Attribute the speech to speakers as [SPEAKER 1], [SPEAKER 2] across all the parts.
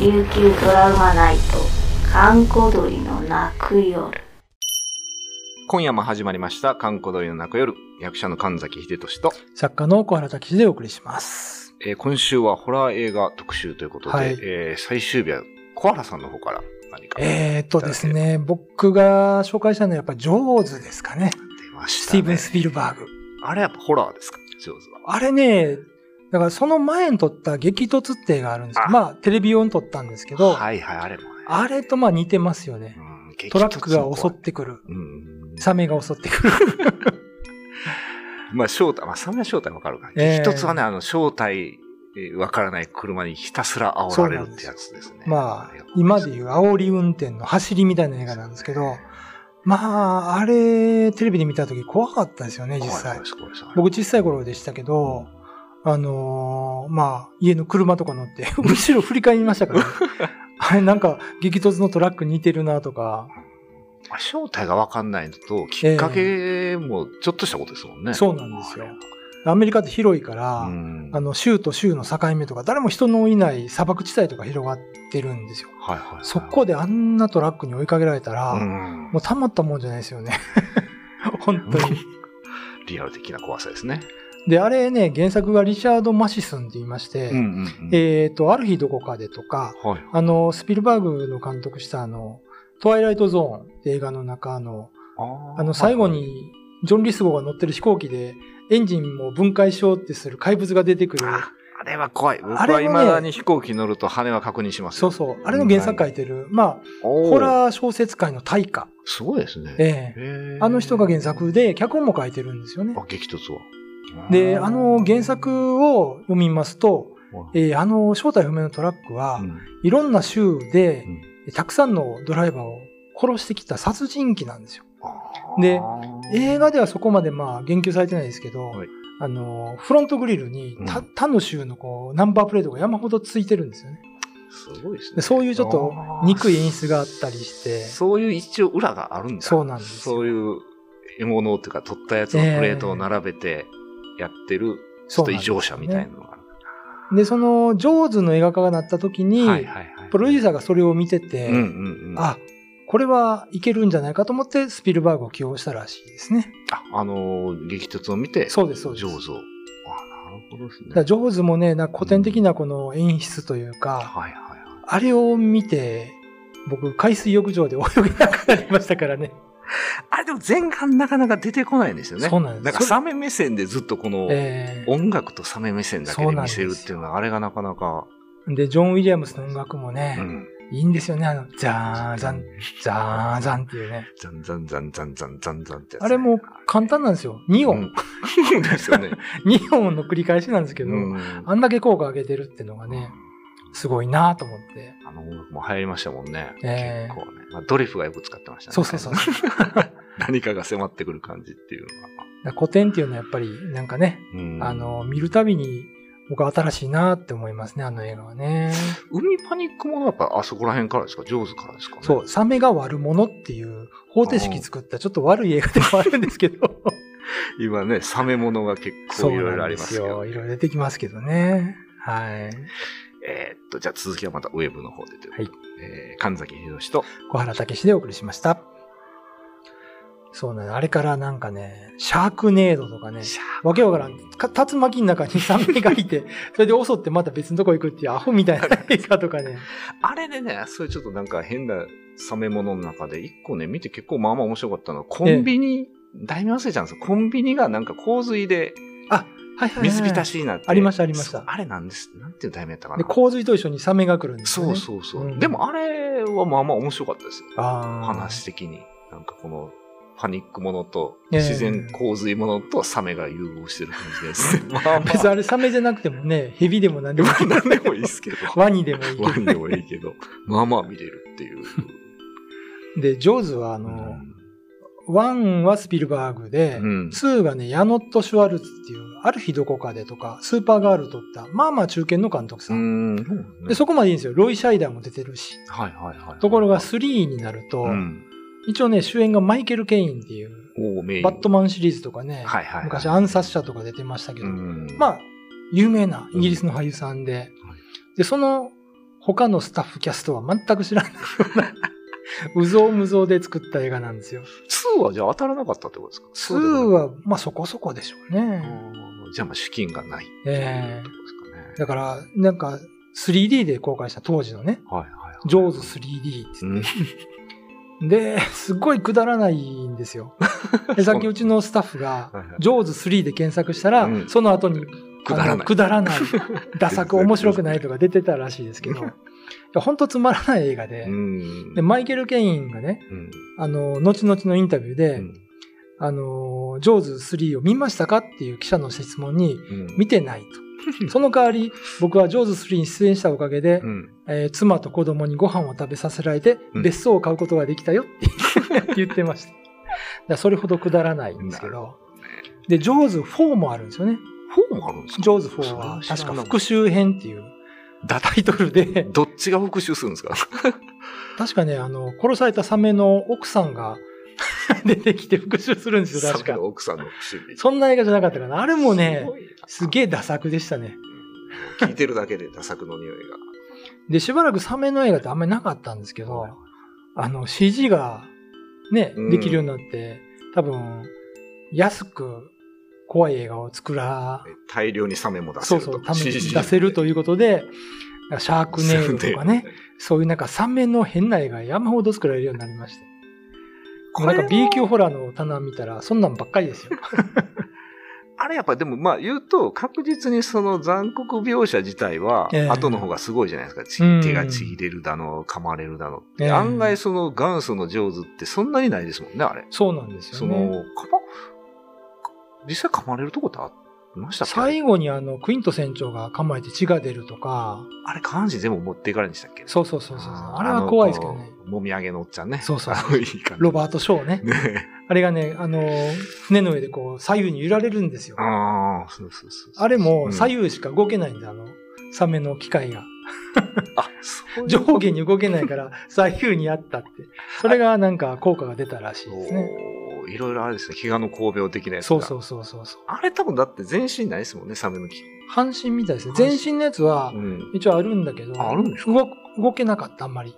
[SPEAKER 1] 琉球ドラマナイト閑古鳥の泣く夜
[SPEAKER 2] 今夜も始まりました、かんこどりの中夜、役者の神崎秀俊と、
[SPEAKER 3] 作家の小原武史でお送りします。
[SPEAKER 2] えー今週はホラー映画特集ということで、
[SPEAKER 3] はい
[SPEAKER 2] えー最終日は小原さんの方から何か出
[SPEAKER 3] えー、っとですね、僕が紹介したのはやっぱジョーズですかね。
[SPEAKER 2] ま
[SPEAKER 3] ス
[SPEAKER 2] した
[SPEAKER 3] ティ
[SPEAKER 2] ね。
[SPEAKER 3] ーブン・スピルバーグ。
[SPEAKER 2] あれやっぱホラーですかジョーズは。
[SPEAKER 3] あれね、だからその前に撮った激突って映画あるんですけど、
[SPEAKER 2] あ
[SPEAKER 3] まあテレビ用に撮ったんですけど、
[SPEAKER 2] はいはい、あれもね。
[SPEAKER 3] あれとまあ似てますよね
[SPEAKER 2] う。ん、激突
[SPEAKER 3] トラックが襲ってくる。
[SPEAKER 2] うん。
[SPEAKER 3] サメが襲っ てくる。
[SPEAKER 2] まあ正体、まあサメは正体わかるから、
[SPEAKER 3] えー
[SPEAKER 2] 一つはね、あの正体えーわからない車にひたすら煽られるってやつですね。
[SPEAKER 3] まあ
[SPEAKER 2] れが、
[SPEAKER 3] 今でいう煽り運転の走りみたいな映画なんですけど、まあ、あれ、テレビで見た時怖かったですよね、実
[SPEAKER 2] 怖い
[SPEAKER 3] 際
[SPEAKER 2] 怖いで。す怖いです
[SPEAKER 3] 僕小さい頃でしたけど、あのーまあ、家の車とか乗って、 後ろ振り返りまし たから、ね、あれなんか激突のトラック似てるなとか、
[SPEAKER 2] まあ正体がわかんないのと、きっかけもちょっとしたことですもんね。
[SPEAKER 3] そうなんですよ。アメリカって広いから、
[SPEAKER 2] うん
[SPEAKER 3] あの、州と州の境目とか、誰も人のいない砂漠地帯とか広がってるんですよ。
[SPEAKER 2] はいはいはい
[SPEAKER 3] そこであんなトラックに追いかけられたら、
[SPEAKER 2] うん
[SPEAKER 3] もうたまったもんじゃないですよね。 本当に。
[SPEAKER 2] リアル的な怖さですね。
[SPEAKER 3] で、あれね、原作がリチャード・マシスンって言いまして、
[SPEAKER 2] うんうんうん
[SPEAKER 3] えっ、と、ある日どこかでとか、
[SPEAKER 2] はい。
[SPEAKER 3] あの、スピルバーグの監督したあの、トワイライトゾーンって映画の中の、
[SPEAKER 2] あ
[SPEAKER 3] あの、最後に、ジョン・リスゴが乗ってる飛行機で、エンジンも分解しようってする怪物が出てくる。
[SPEAKER 2] ああれは怖い。僕
[SPEAKER 3] あれ
[SPEAKER 2] は
[SPEAKER 3] はね
[SPEAKER 2] 未だに飛行機乗ると羽は確認します
[SPEAKER 3] そ
[SPEAKER 2] よ。
[SPEAKER 3] うそう。あれの原作書いてる。まあ、
[SPEAKER 2] おー
[SPEAKER 3] ホラー小説界の大家。
[SPEAKER 2] すごいですね。
[SPEAKER 3] ええ
[SPEAKER 2] へー
[SPEAKER 3] あの人が原作で、脚本も書いてるんですよね。
[SPEAKER 2] あ、激突は。
[SPEAKER 3] で、あの原作を読みますと、
[SPEAKER 2] うん、
[SPEAKER 3] えーあの正体不明のトラックは、
[SPEAKER 2] うん
[SPEAKER 3] いろんな州で
[SPEAKER 2] うん、
[SPEAKER 3] たくさんのドライバーを殺してきた殺人鬼なんですよ。
[SPEAKER 2] あー
[SPEAKER 3] で映画ではそこまでまあ言及されてないですけど、
[SPEAKER 2] はい
[SPEAKER 3] あのフロントグリルに
[SPEAKER 2] う
[SPEAKER 3] 他
[SPEAKER 2] ん
[SPEAKER 3] 他の州のこうナンバープレートが山ほどついてるんですよね。
[SPEAKER 2] すごいですね。
[SPEAKER 3] でそういうちょっと
[SPEAKER 2] あー
[SPEAKER 3] 憎い演出があったりして、
[SPEAKER 2] そういう一応裏があるんだ。
[SPEAKER 3] そうなんですよ
[SPEAKER 2] そういう獲物っていうか取ったやつのプレートを並べてやってる、ちょっ
[SPEAKER 3] そう
[SPEAKER 2] と
[SPEAKER 3] なん
[SPEAKER 2] 異
[SPEAKER 3] ですよ
[SPEAKER 2] 常
[SPEAKER 3] ね
[SPEAKER 2] 者みたいなのがある。
[SPEAKER 3] で、そのジョーズの映画化がなった時に、
[SPEAKER 2] はいはいはい。
[SPEAKER 3] プロデュー
[SPEAKER 2] ー
[SPEAKER 3] サーがそれを見てて、
[SPEAKER 2] うんうんうん。
[SPEAKER 3] あ、これはいけるんじゃないかと思ってスピルバーグを起用したらしいですね。
[SPEAKER 2] あ、あのー、激突を見て、
[SPEAKER 3] そうです、そうです。
[SPEAKER 2] 上手を。あ、なるほどですね。
[SPEAKER 3] だからジョーズもね、なんか古典的なこの演出というか、
[SPEAKER 2] はいはいはい。
[SPEAKER 3] あれを見て、僕、海水浴場で泳げなくなりましたからね。
[SPEAKER 2] あれでも前半なかなか出てこないんですよね。
[SPEAKER 3] そうなんです
[SPEAKER 2] なんかサメ目線でずっとこの
[SPEAKER 3] え
[SPEAKER 2] 音楽とサメ目線だけ
[SPEAKER 3] そ
[SPEAKER 2] で
[SPEAKER 3] うな
[SPEAKER 2] 見
[SPEAKER 3] んです
[SPEAKER 2] せ
[SPEAKER 3] よ
[SPEAKER 2] るっていうのは、あれがなかなか。
[SPEAKER 3] ーで、ジョン・ウィリアムスの音楽もね
[SPEAKER 2] う、ん。
[SPEAKER 3] いいんですよね。あの、ザーザン、ザーザンっていうね。
[SPEAKER 2] ザンザンザンザンザンザンザンってやつね、
[SPEAKER 3] あれも簡単なんですよ。2
[SPEAKER 2] う
[SPEAKER 3] 音
[SPEAKER 2] ん。 そうですよね。
[SPEAKER 3] 2音の繰り返しなんですけど、
[SPEAKER 2] うん
[SPEAKER 3] あんだけ効果上げてるっていうのがね、すごいなと思って。
[SPEAKER 2] あの音楽も流行りましたもんね。
[SPEAKER 3] え
[SPEAKER 2] 結
[SPEAKER 3] え
[SPEAKER 2] 構ね。まあ、ドリフがよく使ってましたね。
[SPEAKER 3] そうそうそう。だか
[SPEAKER 2] 何かが迫ってくる感じっていうのは。
[SPEAKER 3] ら古典っていうのはやっぱり、なんかね、
[SPEAKER 2] うん
[SPEAKER 3] あの、見るたびに、僕は新しいなって思いますね、あの映画はね。
[SPEAKER 2] 海パニックもやっぱあそこら辺からですか上手からですかね
[SPEAKER 3] そう、サメが悪者っていう方程式作ったちょっと悪い映画でもあるんですけ ど。
[SPEAKER 2] 今ね、サメものが結
[SPEAKER 3] そ
[SPEAKER 2] 構
[SPEAKER 3] う
[SPEAKER 2] いろいろ
[SPEAKER 3] な
[SPEAKER 2] あ
[SPEAKER 3] ん
[SPEAKER 2] り
[SPEAKER 3] で
[SPEAKER 2] ますすけど
[SPEAKER 3] よ。。いろいろ出てきますけどね。はい。
[SPEAKER 2] えーっと、じゃあ続きはまたウェブの方でということで
[SPEAKER 3] は
[SPEAKER 2] えー神崎博士と、
[SPEAKER 3] 小原武史でお送りしました。そうなの、あれからなんかね、シャークネードとかね、
[SPEAKER 2] シャ
[SPEAKER 3] わけわからん、か竜巻の中に サメがいて、それで襲ってまた別のとこ行くっていうアホみたいな映画とかね。
[SPEAKER 2] ーあれでね、そういうちょっとなんか変なサメものの中で、一個ね、見て結構まあまあ面白かったのは、コンビニ、題名忘れちゃうんですよ。コンビニがなんか洪水で
[SPEAKER 3] あ、はいはい、はい。
[SPEAKER 2] 水浸しになって。
[SPEAKER 3] ありましたありまし
[SPEAKER 2] そ
[SPEAKER 3] た
[SPEAKER 2] うあれなんです。なんていう題名やったか
[SPEAKER 3] で、
[SPEAKER 2] な。
[SPEAKER 3] 洪水と一緒にサメが来るんですよ
[SPEAKER 2] そ
[SPEAKER 3] ね。
[SPEAKER 2] うそうそう。
[SPEAKER 3] うん
[SPEAKER 2] でもあれはまあまあ面白かったですよ。
[SPEAKER 3] あー
[SPEAKER 2] 話的に。なんかこの、パニックものと、
[SPEAKER 3] ええ
[SPEAKER 2] 自然洪水ものとサメが融合してる感じ です。まあま
[SPEAKER 3] 別にあれサメじゃなくてもね、ヘビでも何でもいい。
[SPEAKER 2] あ、なんでもいいですけ ど。
[SPEAKER 3] ワニでもいいけど
[SPEAKER 2] ワニでもいいけど、まあまあ見れるっていう。
[SPEAKER 3] で、ジョーズはあ
[SPEAKER 2] う
[SPEAKER 3] の、
[SPEAKER 2] ん
[SPEAKER 3] ワンはスピルバーグで、
[SPEAKER 2] うん
[SPEAKER 3] ツーがね、ヤノット・シュワルツっていう、ある日どこかでとか、スーパーガール撮った、まあまあ中堅の監督さん。
[SPEAKER 2] うん。
[SPEAKER 3] で、そこまでいいんですよ。ロイ・シャイダーも出てるし。
[SPEAKER 2] はいはいはい。
[SPEAKER 3] ところが、3になると、
[SPEAKER 2] うん。
[SPEAKER 3] 一応ね、主演がマイケル・ケインっていう、
[SPEAKER 2] おーメイン。
[SPEAKER 3] バットマンシリーズとかね、
[SPEAKER 2] はいはいはい。
[SPEAKER 3] 昔暗殺者とか出てましたけど、
[SPEAKER 2] うん
[SPEAKER 3] まあ、有名なイギリスの俳優さんで、
[SPEAKER 2] はい
[SPEAKER 3] で、その他のスタッフキャストは全く知らないような、 うぞうむぞうで作った映画なんですよ。
[SPEAKER 2] 2はじゃあ当たらなかったってことですか
[SPEAKER 3] 2
[SPEAKER 2] そう
[SPEAKER 3] は、まあそこそこでしょう
[SPEAKER 2] でも
[SPEAKER 3] ね。
[SPEAKER 2] ないじゃあまあ資金がないっていうとこですかね。
[SPEAKER 3] だから、なんか、3D で公開した当時のね、
[SPEAKER 2] はいはいはい。
[SPEAKER 3] ジョーズ 3D って
[SPEAKER 2] うん。
[SPEAKER 3] で、すっごいくだらないんですよ。でさっきうちのスタッフ
[SPEAKER 2] は
[SPEAKER 3] が
[SPEAKER 2] いは、い
[SPEAKER 3] ジョーズ3で検索したら、
[SPEAKER 2] うん
[SPEAKER 3] その後に、
[SPEAKER 2] くだら
[SPEAKER 3] あ
[SPEAKER 2] な
[SPEAKER 3] の
[SPEAKER 2] い。
[SPEAKER 3] くだ らない、ダ作、面白くないとか出てたらしいですけど、いやほんとつまらない映画で、
[SPEAKER 2] うん。
[SPEAKER 3] で、マイケル・ケインがね、
[SPEAKER 2] うん、
[SPEAKER 3] あの、後々のインタビューで、
[SPEAKER 2] うん
[SPEAKER 3] あの、ジョーズ3を見ましたかっていう記者の質問に、
[SPEAKER 2] うん
[SPEAKER 3] 見てない と。その代わり、僕はジョーズ3に出演したおかげで、
[SPEAKER 2] うん
[SPEAKER 3] えー妻と子供にご飯を食べさせられて、
[SPEAKER 2] うん
[SPEAKER 3] 別荘を買うことができたよって 言ってました。だからそれほどくだらないんですけ
[SPEAKER 2] なる
[SPEAKER 3] ど。で、ジョーズ4もあるんですよね。
[SPEAKER 2] フォーもあるんですか
[SPEAKER 3] ジョーズ4は、
[SPEAKER 2] それは知
[SPEAKER 3] 確
[SPEAKER 2] らな
[SPEAKER 3] か
[SPEAKER 2] い
[SPEAKER 3] 復讐編っていう
[SPEAKER 2] だ
[SPEAKER 3] タイトルで、
[SPEAKER 2] どっちが復讐するんですか
[SPEAKER 3] 確かね、あの、殺されたサメの奥さんが 出てきて復讐するんですよ、確
[SPEAKER 2] さっき
[SPEAKER 3] か
[SPEAKER 2] の。奥さんの復讐日
[SPEAKER 3] そんな映画じゃなかったかな。あれもね
[SPEAKER 2] す、ごいな
[SPEAKER 3] すげえダ作でしたね。
[SPEAKER 2] 聞いてるだけでダ作の匂いが。
[SPEAKER 3] で、しばらくサメの映画ってあんまりなかったんですけど
[SPEAKER 2] はい、
[SPEAKER 3] あの、CG がね
[SPEAKER 2] う、ん
[SPEAKER 3] できるようになって、多分、安く怖い映画を作ら、
[SPEAKER 2] 大量にサメも出せ
[SPEAKER 3] そ
[SPEAKER 2] る
[SPEAKER 3] う
[SPEAKER 2] と。
[SPEAKER 3] そう、ため
[SPEAKER 2] CG
[SPEAKER 3] 出せるということで、シャ ークネ
[SPEAKER 2] サ
[SPEAKER 3] ー
[SPEAKER 2] メ
[SPEAKER 3] ルとかね、。そういうなんかサメの変な映画山ほど作られるようになりました。
[SPEAKER 2] こ
[SPEAKER 3] な
[SPEAKER 2] れ
[SPEAKER 3] ん
[SPEAKER 2] も
[SPEAKER 3] か B 級ホラーの棚見たら、そんなんばっか りですよ。
[SPEAKER 2] あれやっぱでもまあ言うと確実にその残酷描写自体は
[SPEAKER 3] ええ
[SPEAKER 2] 後の方がすごいじゃないですか。ち
[SPEAKER 3] うん
[SPEAKER 2] 手がちぎれるだの、噛まれるだの。
[SPEAKER 3] ええ
[SPEAKER 2] で案外その元祖の上手ってそんなにないですもんね、あれ。
[SPEAKER 3] そうなんです
[SPEAKER 2] そ
[SPEAKER 3] よ
[SPEAKER 2] の、
[SPEAKER 3] ね。
[SPEAKER 2] かま、実際噛まれるとこってありましたっけ
[SPEAKER 3] 最後にあの、クイント船長が構えて血が出るとか、
[SPEAKER 2] あれ漢字全部持っていかれるんでしたっけ
[SPEAKER 3] そうそうそうそうそう。
[SPEAKER 2] ー
[SPEAKER 3] あれは怖いですけどね。
[SPEAKER 2] あのもみあげのおっちゃんね。
[SPEAKER 3] そうそう
[SPEAKER 2] あのいい感じ。
[SPEAKER 3] ロバート・ショーね。
[SPEAKER 2] ね
[SPEAKER 3] あれがね、あのー、船の上でこう、左右に揺られるんですよ。
[SPEAKER 2] ああ、そうそうそうそう。
[SPEAKER 3] あれも
[SPEAKER 2] うん
[SPEAKER 3] 左右しか動けないんだ、あの、サメの機械が。
[SPEAKER 2] あ、そういう
[SPEAKER 3] 上
[SPEAKER 2] こと
[SPEAKER 3] 下に動けな いから、左右にあったって。それがなんか効果が出たらしいですね。
[SPEAKER 2] おーいろいろあれですね。飢餓の抗病的なやつが。
[SPEAKER 3] そうそうそうそうそう。
[SPEAKER 2] あれ多分だって全身ないですもんね、サメの木。
[SPEAKER 3] 半身みたいですね。
[SPEAKER 2] 半
[SPEAKER 3] 全
[SPEAKER 2] 身
[SPEAKER 3] 身のやつは、
[SPEAKER 2] ん。
[SPEAKER 3] 一応あるんだけど、
[SPEAKER 2] ああるんですか
[SPEAKER 3] 動動けなかった、あんまり。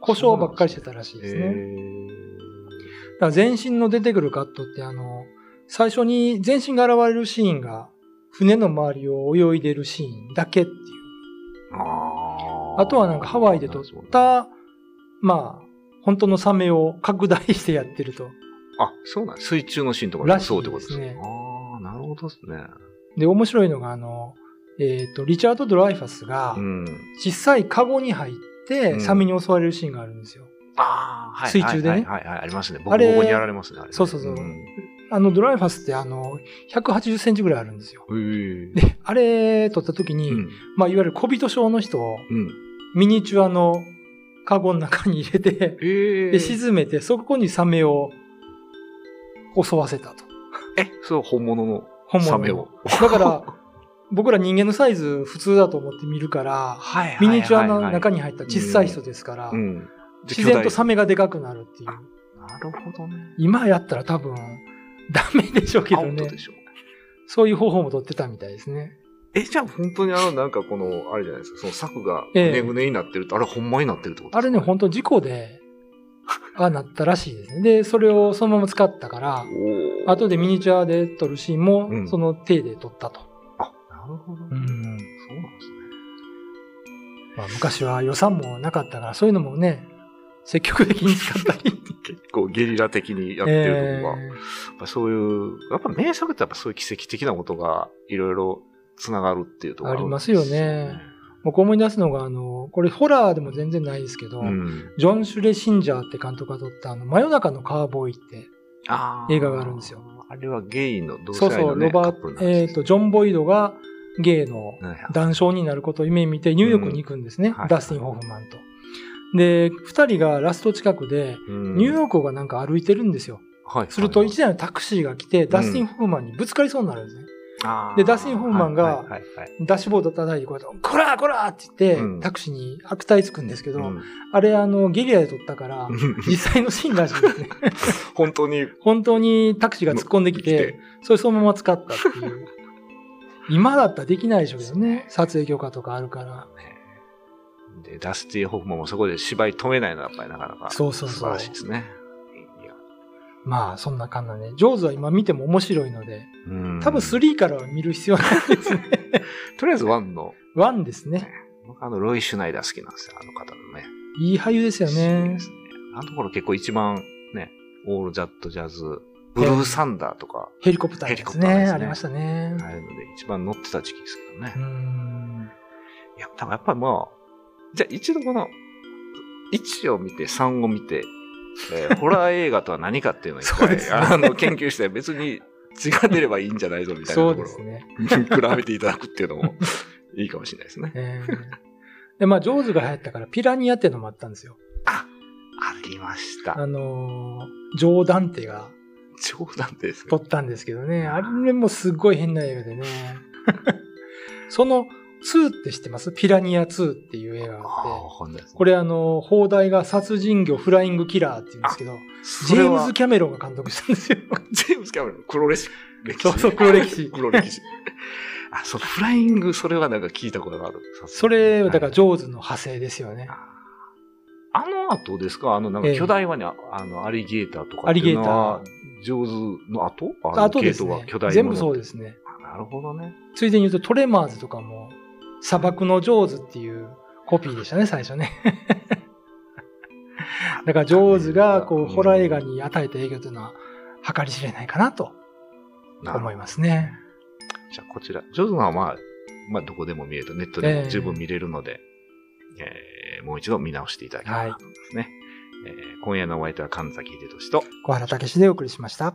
[SPEAKER 3] 故障ばっかりしてたらしいですね。
[SPEAKER 2] へ
[SPEAKER 3] だから全身の出てくるカットって、あの、最初に全身が現れるシーンが、船の周りを泳いでるシーンだけっていう。
[SPEAKER 2] ーあー
[SPEAKER 3] あとはなんかハワイで撮っ。た、まあ、本当のサメを拡大してやってると。
[SPEAKER 2] あ、そうなん水中のシーンとか
[SPEAKER 3] らしい
[SPEAKER 2] そうってことです
[SPEAKER 3] です
[SPEAKER 2] ね
[SPEAKER 3] ね。
[SPEAKER 2] ああ、なるほどですね。
[SPEAKER 3] で、面白いのが、あの、えっ、と、リチャード・ドライファスが
[SPEAKER 2] う、ん。
[SPEAKER 3] 小さいカゴに入っ
[SPEAKER 2] う
[SPEAKER 3] て、
[SPEAKER 2] ん
[SPEAKER 3] サメに襲われるシーンがあるんですよ。
[SPEAKER 2] ああ、はい。
[SPEAKER 3] 水中で
[SPEAKER 2] は
[SPEAKER 3] ね
[SPEAKER 2] いはいはい、はいありますね。ボコ
[SPEAKER 3] あれ
[SPEAKER 2] ボコにやられますね、あれね。
[SPEAKER 3] そうそうそうんあの、ドライファスって、あの、180センチぐらいあるんですよ。
[SPEAKER 2] へえ。
[SPEAKER 3] で、あれ撮った時に、
[SPEAKER 2] うん。
[SPEAKER 3] まあ、いわゆる小人症の人を、
[SPEAKER 2] うん。
[SPEAKER 3] ミニチュアのカゴの中に入れて、
[SPEAKER 2] え
[SPEAKER 3] で、沈めて、そこにサメを襲わせたと。
[SPEAKER 2] え、そう、本物の
[SPEAKER 3] 本
[SPEAKER 2] サ
[SPEAKER 3] 物の
[SPEAKER 2] メを。
[SPEAKER 3] だから、僕ら人間のサイズ普通だと思って見るから、
[SPEAKER 2] はい
[SPEAKER 3] ミニチュアの中
[SPEAKER 2] に、
[SPEAKER 3] に入った小さい人ですから、
[SPEAKER 2] うん。
[SPEAKER 3] 自然とサ
[SPEAKER 2] メ。
[SPEAKER 3] メがでかくなるっていう。
[SPEAKER 2] あなるほどね。
[SPEAKER 3] 今やったら多分、ダメでしょうけ
[SPEAKER 2] ア
[SPEAKER 3] ど
[SPEAKER 2] ウト
[SPEAKER 3] ね
[SPEAKER 2] で。しょ。
[SPEAKER 3] そういう方法も取ってたみたいですね。
[SPEAKER 2] え、じゃあ本当にあの、なんかこの、あれじゃないですか、その柵がぐ
[SPEAKER 3] ええ
[SPEAKER 2] ねぐねになってると、あれほんまになってるってこと
[SPEAKER 3] あれね、
[SPEAKER 2] ん
[SPEAKER 3] 本当事故で、ああなったらしいですね。で、それをそのまま使ったから、
[SPEAKER 2] おー
[SPEAKER 3] 後でミニチュアで撮るシーン
[SPEAKER 2] う
[SPEAKER 3] も、
[SPEAKER 2] ん
[SPEAKER 3] その手で撮ったと。
[SPEAKER 2] あ、なるほど。そうなんですね。
[SPEAKER 3] まあ、昔は予算もなかったから、そういうのもね、積極的に 使ったり。
[SPEAKER 2] 結構ゲリラ的にやってるとこが、やっぱそういう、やっぱ名作ってやっぱそういう奇跡的なことがいろいろつながるっていうところ
[SPEAKER 3] ありますよね僕思い出すのが、あの、これホラーでも全然ないですけど、
[SPEAKER 2] うん。
[SPEAKER 3] ジョン・シュレシンジャーって監督が撮った、あの、真夜中のカーボーイって、
[SPEAKER 2] あー
[SPEAKER 3] 映画があるんですよ。
[SPEAKER 2] あれはゲイの同性
[SPEAKER 3] そう
[SPEAKER 2] 愛
[SPEAKER 3] そ
[SPEAKER 2] の、
[SPEAKER 3] う、
[SPEAKER 2] ね、
[SPEAKER 3] ロバ
[SPEAKER 2] カッ
[SPEAKER 3] ー
[SPEAKER 2] プルの
[SPEAKER 3] ト、
[SPEAKER 2] 話
[SPEAKER 3] え
[SPEAKER 2] で
[SPEAKER 3] っ、
[SPEAKER 2] す
[SPEAKER 3] と、ジョン・ボイドがゲイの
[SPEAKER 2] はいはい
[SPEAKER 3] 男性になることを夢見て、ニューヨークに行くんですね、
[SPEAKER 2] うんはい
[SPEAKER 3] ダスティン・ホフマンと。で、二人がラスト近くで、
[SPEAKER 2] うん
[SPEAKER 3] ニューヨークをなんか歩いてるんですよ。
[SPEAKER 2] はい
[SPEAKER 3] すると、
[SPEAKER 2] はい
[SPEAKER 3] 一台のタクシーが来て、ダスティン・ホフマンにぶつかりそうになるんですね。
[SPEAKER 2] あ
[SPEAKER 3] でダスティンホフマンが
[SPEAKER 2] はいはいはい
[SPEAKER 3] ダッシュボード叩いて、こうやって、こらこらって言って、
[SPEAKER 2] うん
[SPEAKER 3] タクシーに悪態つくんですけど、
[SPEAKER 2] うん
[SPEAKER 3] あれ、あの、ゲリラで撮ったから、実際のシーンらしいですね。
[SPEAKER 2] 本当に
[SPEAKER 3] 本当にタクシーが突っ込んできて、それそのまま使ったっ ていう。今だったらできないでしょうけどね。撮影許可とかあるから。
[SPEAKER 2] で、ダスティ・ホフマンもそこで芝居止めないのはやっぱりなかなか素
[SPEAKER 3] そうそう
[SPEAKER 2] 晴
[SPEAKER 3] そう
[SPEAKER 2] らしい。ですね。いや
[SPEAKER 3] まあ、そんな感じで、ね、ジョーズは今見ても面白いので、
[SPEAKER 2] うん
[SPEAKER 3] 多分3からは見る必要ない ですね。
[SPEAKER 2] とりあえずワンの、
[SPEAKER 3] 1ですね。
[SPEAKER 2] 僕あの、ロイ・シュナイダー好きなんですよ、あの方のね。
[SPEAKER 3] いい俳優ですよ
[SPEAKER 2] 好き
[SPEAKER 3] ね
[SPEAKER 2] で。すねあの頃結構一番ね、オール・ザット・ジャズ、ブルー・サンダーとか、
[SPEAKER 3] ヘリコプターです
[SPEAKER 2] ヘリ
[SPEAKER 3] ね。
[SPEAKER 2] コプターですね
[SPEAKER 3] ありましたね。
[SPEAKER 2] ああいうので一番乗ってた時期ですけどね
[SPEAKER 3] う。ん。
[SPEAKER 2] いや、多分やっぱりまあ、じゃあ一度この、1を見て3を見て、え ーホラー映画とは何かっていうのを一
[SPEAKER 3] そう
[SPEAKER 2] 回、
[SPEAKER 3] ですね
[SPEAKER 2] あの研究して別に血が出ればいいんじゃないぞみたいな
[SPEAKER 3] そう
[SPEAKER 2] とこ
[SPEAKER 3] で
[SPEAKER 2] ろ
[SPEAKER 3] すね。
[SPEAKER 2] を比べていただくっていうのもいいかもしれないですね。
[SPEAKER 3] えーで、まあ、ジョーズが流行ったから、ピラニアっていうのもあったんですよ。
[SPEAKER 2] ありました。
[SPEAKER 3] あのー、ジョーダンテが
[SPEAKER 2] 冗談です
[SPEAKER 3] 撮
[SPEAKER 2] ね。
[SPEAKER 3] ったんですけどね。あれもすっごい変な映画でね。 その2って知ってますピラニア2っていう映画
[SPEAKER 2] ああ、
[SPEAKER 3] があって。
[SPEAKER 2] わかんないですね。
[SPEAKER 3] これあの、放題が殺人魚フライングキラーって言うんですけど、
[SPEAKER 2] そ
[SPEAKER 3] ジェ
[SPEAKER 2] れ
[SPEAKER 3] ーム
[SPEAKER 2] は
[SPEAKER 3] ズ・キャメロンが監督したん ですよ。
[SPEAKER 2] ジェームズ・キャメロン、黒歴史。
[SPEAKER 3] そうそう、黒歴史。
[SPEAKER 2] 黒歴史。あ、そう、フライング、それはなんか聞いたことがある。
[SPEAKER 3] それ、だから
[SPEAKER 2] はい
[SPEAKER 3] ジョーズの派生ですよね。
[SPEAKER 2] あの後ですかあの、なんか
[SPEAKER 3] ええ
[SPEAKER 2] 巨大ワニ、あの、アリゲーターとか
[SPEAKER 3] ア
[SPEAKER 2] って
[SPEAKER 3] リ
[SPEAKER 2] い
[SPEAKER 3] ゲ
[SPEAKER 2] う
[SPEAKER 3] ー
[SPEAKER 2] の
[SPEAKER 3] ター
[SPEAKER 2] は、上手の後
[SPEAKER 3] あとです
[SPEAKER 2] アリ
[SPEAKER 3] ね
[SPEAKER 2] ゲートは巨大、
[SPEAKER 3] 全部そう
[SPEAKER 2] で
[SPEAKER 3] ですね。
[SPEAKER 2] す。なるほどね。
[SPEAKER 3] ついでに言うとトレマーズとかも、砂漠のジョーズっていうコピーでしたね、最初ね。だからジョーズがこう、ホラー映画に与えた影響というのは、計り知れないかなと
[SPEAKER 2] なるほ
[SPEAKER 3] 思
[SPEAKER 2] ど
[SPEAKER 3] いますね。
[SPEAKER 2] じゃあ、こちら。上手のはまあ、まあ、どこでも見れる、ネットでも十分見れるので、えーもう一度見直していただきたいなと思いますね。えー今夜のお相手は神崎秀俊と、
[SPEAKER 3] 小原武史でお送りしました。